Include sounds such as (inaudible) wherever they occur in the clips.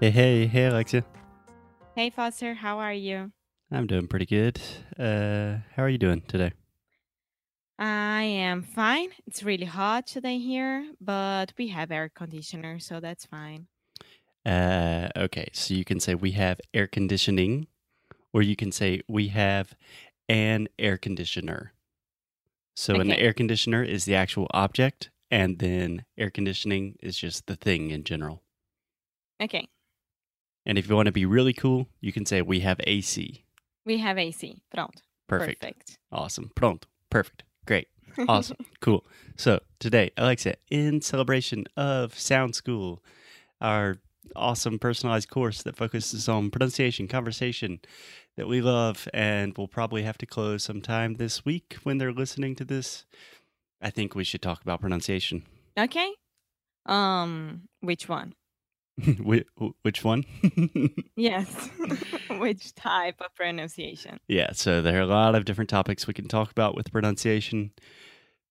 Hey, hey, hey, Alexia. Hey Foster, how are you? I'm doing pretty good. Uh, how are you doing today? I am fine. It's really hot today here, but we have air conditioner, so that's fine. Uh, okay, so you can say we have air conditioning, or you can say we have an air conditioner. So an Okay. air conditioner is the actual object, and then air conditioning is just the thing in general. Okay, And if you want to be really cool, you can say we have AC. we have AC. Pronto. Perfect. Awesome. Pronto. Perfect. Great. Perfect. Awesome. cool. So today, Alexa, in celebration of Sound School, our awesome personalized course that focuses on pronunciation, conversation that we love and will probably have to close sometime this week when they're listening to this. I think we should talk about pronunciation. (laughs) (laughs) okay. Um, which one? Whi- Which one? (laughs) Yes. (laughs) which type of pronunciation? Yeah, so there are a lot of different topics we can talk about with pronunciation,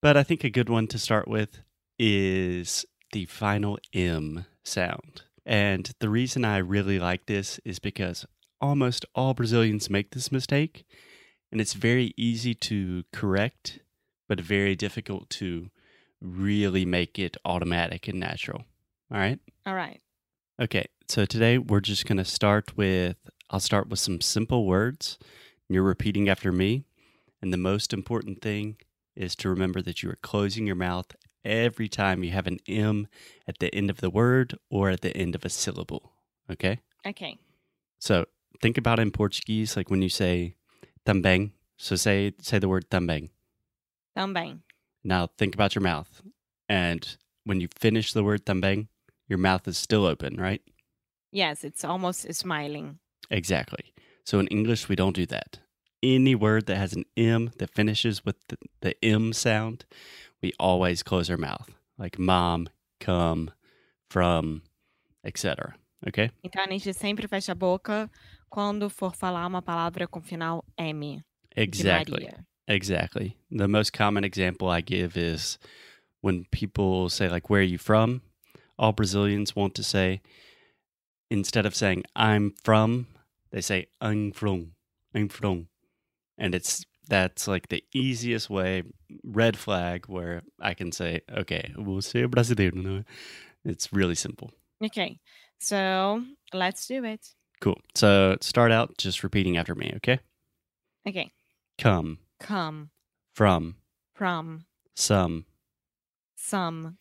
but I think a good one to start with is the final M sound. And the reason I really like this is because almost all Brazilians make this mistake, and it's very easy to correct, but very difficult to really make it automatic and natural. All right? All right. Okay, so today we're just going to start with I'll start with some simple words. You're repeating after me. And the most important thing is to remember that you are closing your mouth every time you have an M at the end of the word or at the end of a syllable. Okay? Okay. So think about in Portuguese, like when you say também. So say, say the word também. Também. Now think about your mouth. And when you finish the word também, your mouth is still open, right? Yes, it's almost smiling. Exactly. So in English, we don't do that. Any word that has an M that finishes with the, the M sound, we always close our mouth, like mom, come, from, etc. Okay? Então a gente sempre fecha a boca quando for falar uma palavra com final M. de Exactly. Maria. Exactly. The most common example I give is when people say, like, where are you from? All Brazilians want to say, instead of saying, I'm from, they say, I'm from, I'm from. And it's, that's like the easiest way, red flag, where I can say, okay, você é brasileiro, não é? It's really simple. Okay. So, let's do it. Cool. So start out just repeating after me, okay? Okay. Come, come from, from some, some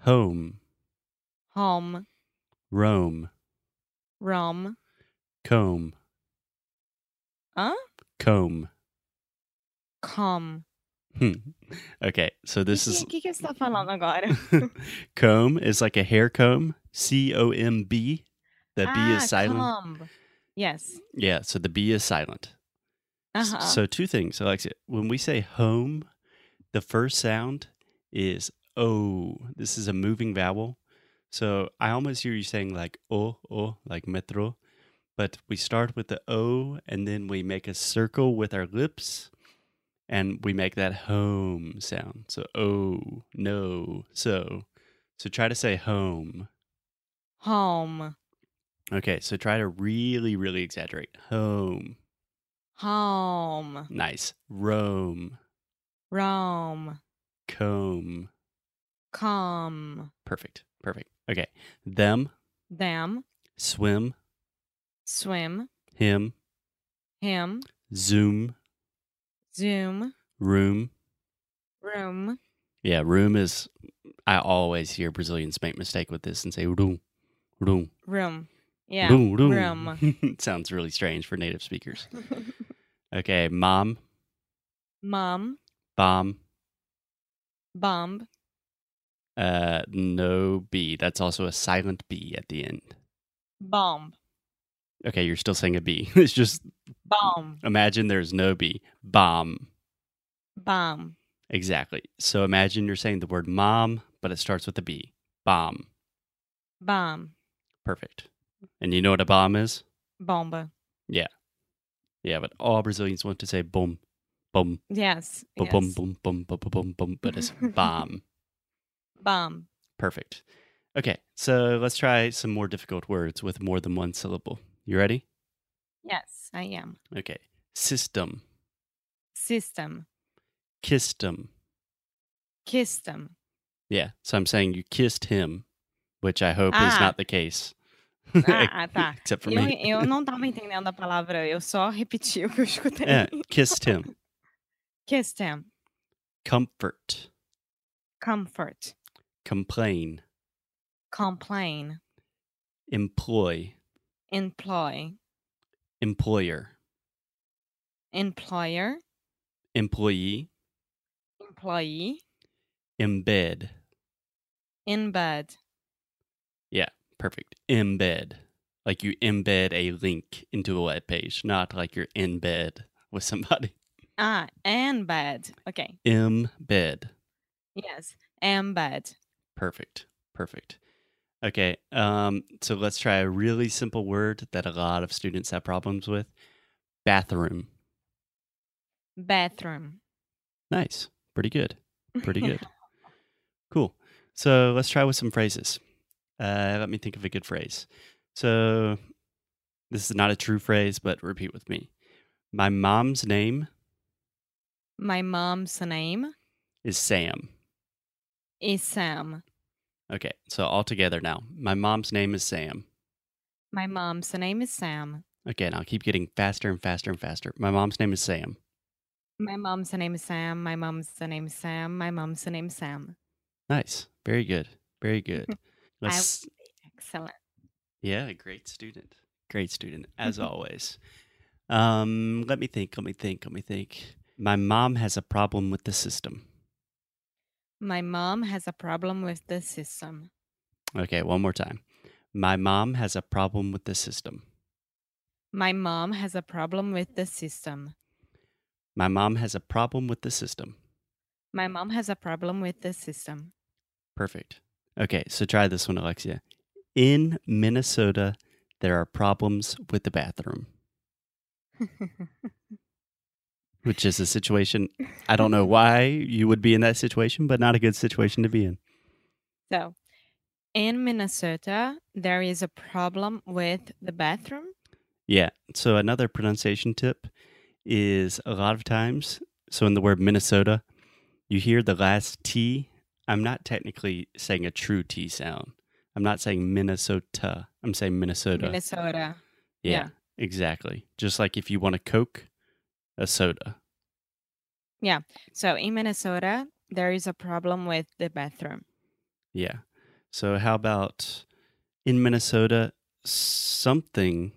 home, home Rome, rom comb, huh? comb. com. Hmm. Okay, so this que, is O que, que você tá falando agora? (laughs) (laughs) comb is like a hair comb, C O M B. The B Ah, is silent. comb. Yes. Yeah, so the B is silent. S- Uh-huh. So two things, Alexia. When we say home, the first sound is O. This is a moving vowel. So I almost hear you saying like O, O, like metro. But we start with the O and then we make a circle with our lips and we make that home sound. So O, no, so. So try to say home. home Okay, so try to really, really exaggerate. Home. home Nice. Rome. rom Comb. com Perfect. Perfect. Okay. Them, them swim, swim him, him zoom, zoom room. room Yeah, room is. I always hear Brazilians make mistake with this and say room, room, room. Yeah. (laughs) room, room. room. (laughs) Sounds really strange for native speakers. Okay, mom, Mom bomb, Bomb. Uh, no B. That's also a silent B at the end. Bomb. Okay, you're still saying a B. (laughs) It's just Bomb. imagine there's no B. Bomb. Bomb. Exactly. So imagine you're saying the word mom, but it starts with a B. Bomb. Bomb. Perfect. And you know what a bomb is? Bomba. Yeah, but all Brazilians want to say boom, boom, Yes. boom, yes. boom, boom, boom, boom, boom, boom, boom, but (laughs) it's bomb. Bomb. Perfect. Okay, so let's try some more difficult words with more than one syllable. You ready? Yes, I am. Okay. System, System. kistem. Kissed them. Yeah, so I'm saying you kissed him, which I hope is Ah. not the case. É, (laughs) Ah, tá. Except for Eu, me. eu não tava entendendo a palavra, eu só repeti o que eu escutei. (laughs) Yeah, kissed him. Kissed him. Comfort, Comfort. complain, Complain. employ, Employ. employer, Employer. employee, Employee. embed. In bed. Perfect. Embed. Like you embed a link into a web page, not like you're in bed with somebody. (laughs) Ah, in bed. Okay. Embed. Yes. In bed. Perfect. Perfect. Okay. Um, so let's try a really simple word that a lot of students have problems with bathroom. Bathroom. Nice. Pretty good. Pretty good. cool. So let's try with some phrases. Uh, let me think of a good phrase. So this is not a true phrase, but repeat with me. My mom's name My mom's name is Sam. is Sam. Okay, so all together now. My mom's name is Sam. My mom's name is Sam. Okay, and I'll keep getting faster and faster and faster. My mom's name is Sam. My mom's name is Sam. My mom's name is Sam. My mom's name is Sam. Nice. Very good. Very good. Let's, Excellent. yeah, a great student. Great student, as always. Um, let me think, let me think, let me think. My mom has a problem with the system. My mom has a problem with the system. Okay, one more time. My mom has a problem with the system. My mom has a problem with the system. My mom has a problem with the system. My mom has a problem with the system. Perfect. Okay, so try this one, Alexia. In Minnesota, there are problems with the bathroom, which is a situation I don't know why you would be in that situation, but not a good situation to be in. So, in Minnesota, there is a problem with the bathroom. Yeah. So another pronunciation tip is a lot of times, so in the word Minnesota, you hear the last T. I'm not technically saying a true T sound. I'm not saying Minnesota. I'm saying Minnesota. Minnesota. yeah, yeah. exactly. Just like if you want a Coke, a soda. So, in Minnesota, there is a problem with the bathroom. Yeah. So how about in Minnesota something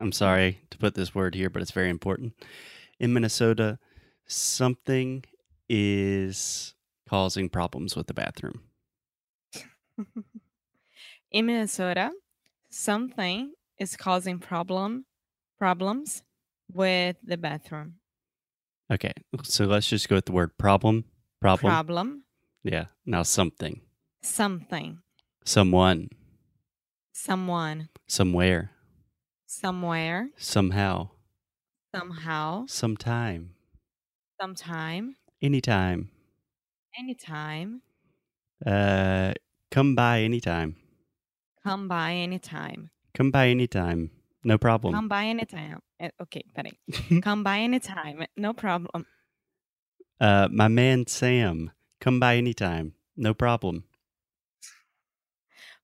I'm sorry to put this word here but it's very important. In Minnesota something is causing problems with the bathroom. in Minnesota, something is causing problem problems with the bathroom. Okay. So let's just go with the word problem. Problem. Problem, yeah. Now something. something, Someone. someone, Somewhere. somewhere, Somehow. somehow, Sometime. sometime, Anytime. anytime, Uh come by anytime. come by anytime. Come by anytime. No problem. Come by anytime. Eh, Okay, peraí. Come by anytime. No problem. Uh, my man Sam, come by anytime. No problem.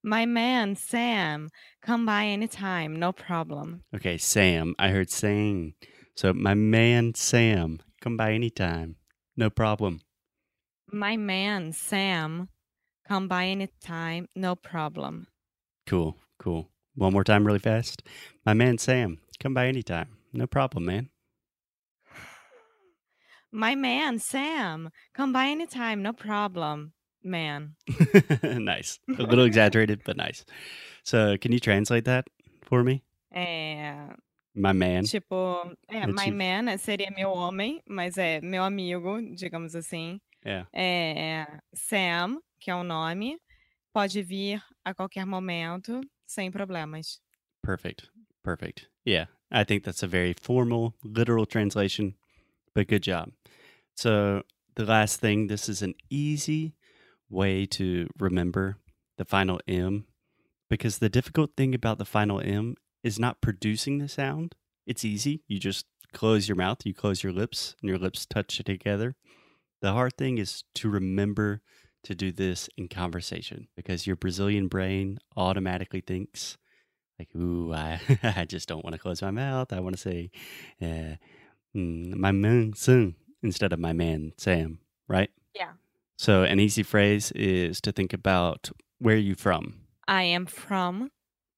My man, Sam, come by anytime. No problem. Okay, Sam. I heard saying. So my man Sam, come by anytime. No problem. My man, Sam, come by anytime. No problem. Cool, cool. One more time, really fast. My man Sam, come by anytime. No problem, man. My man, Sam, come by anytime, no problem, man. (laughs) nice. A little exaggerated, but nice. So, can you translate that for me? É, My man. tipo, é, É my tipo- man é- seria meu homem, mas é meu amigo, digamos assim. É. É, Sam, que é o nome, pode vir a qualquer momento, sem problemas. Perfect. Perfect. Yeah. I think that's a very formal, literal translation, but good job. So, the last thing this is an easy way to remember the final M because the difficult thing about the final M is not producing the sound. It's easy. You just close your mouth, you close your lips, and your lips touch together. The hard thing is to remember to do this in conversation because your Brazilian brain automatically thinks like ooh i (laughs) i just don't want to close my mouth i want to say uh, mm, my man son instead of my man sam right Yeah. so an easy phrase is to think about where are you from I am from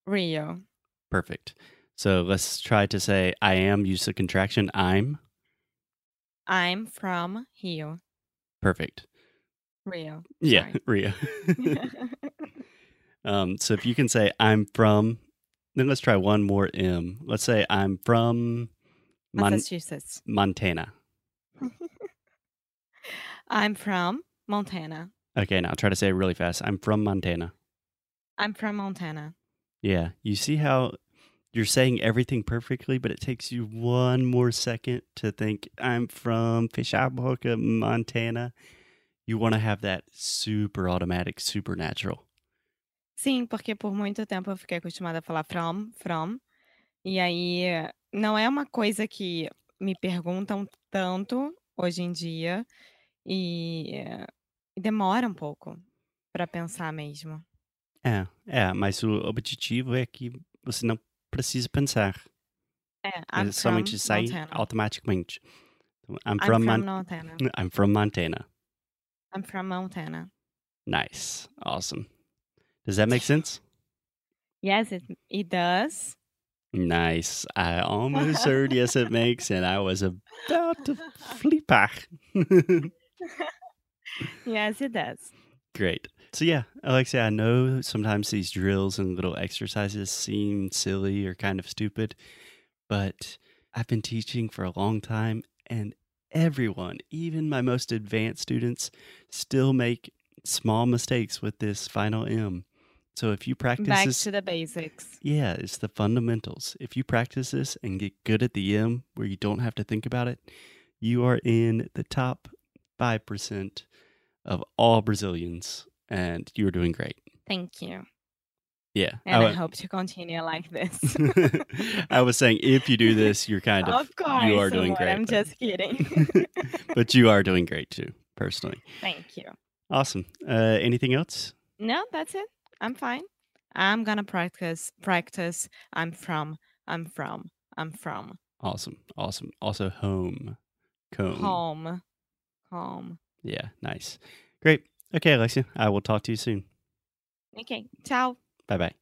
Rio. perfect so let's try to say i am use the contraction i'm I'm from Rio. perfect Rio. (laughs) yeah (laughs) Sorry. ria (laughs) (laughs) um so if you can say i'm from then let's try one more m let's say i'm from Mon- Massachusetts. (laughs) montana I'm from Montana. okay now try to say it really fast i'm from montana I'm from Montana. Yeah. You see how you're saying everything perfectly, but it takes you one more second to think, I'm from Fishhoboka, Montana. You want to have that super automatic, supernatural. Sim, porque por muito tempo eu fiquei acostumada a falar from, from. E aí, não é uma coisa que me perguntam tanto hoje em dia. E eh, demora um pouco para pensar mesmo. É, é, mas o objetivo é que você não precisa pensar. É, I'm Ele somente from sai Montana. automaticamente. Então, I'm, I'm from, from Mon- (laughs) Montana. I'm from Montana. I'm from Montana. Nice. Awesome. Does that make sense? Yes, it, it does. Nice. I (laughs) almost heard yes it makes and I was about to flip out. Yes, it does. (laughs) Great. So yeah, Alexia, I know sometimes these drills and little exercises seem silly or kind of stupid, but I've been teaching for a long time and everyone, even my most advanced students, still make small mistakes with this final M. So if you practice (laughs) Back this to the basics. yeah, it's the fundamentals. If you practice this and get good at the M where you don't have to think about it, you are in the top 5% of all Brazilians and you're doing great. Thank you. Yeah. And I I, hope to continue (laughs) like this. wa- (laughs) I was saying if you do this, you're kind of, of course. you are doing Amor, great. I'm but- just kidding. (laughs) (laughs) but you are doing great too, personally. Thank you. Awesome. Uh, anything else? No, that's it. I'm fine. I'm gonna practice, practice. I'm from, I'm from, I'm from Awesome. Awesome. Also, home. Comb. home, home. Yeah. Nice. Great. Okay, Alexia. I will talk to you soon. Okay, ciao. Bye bye.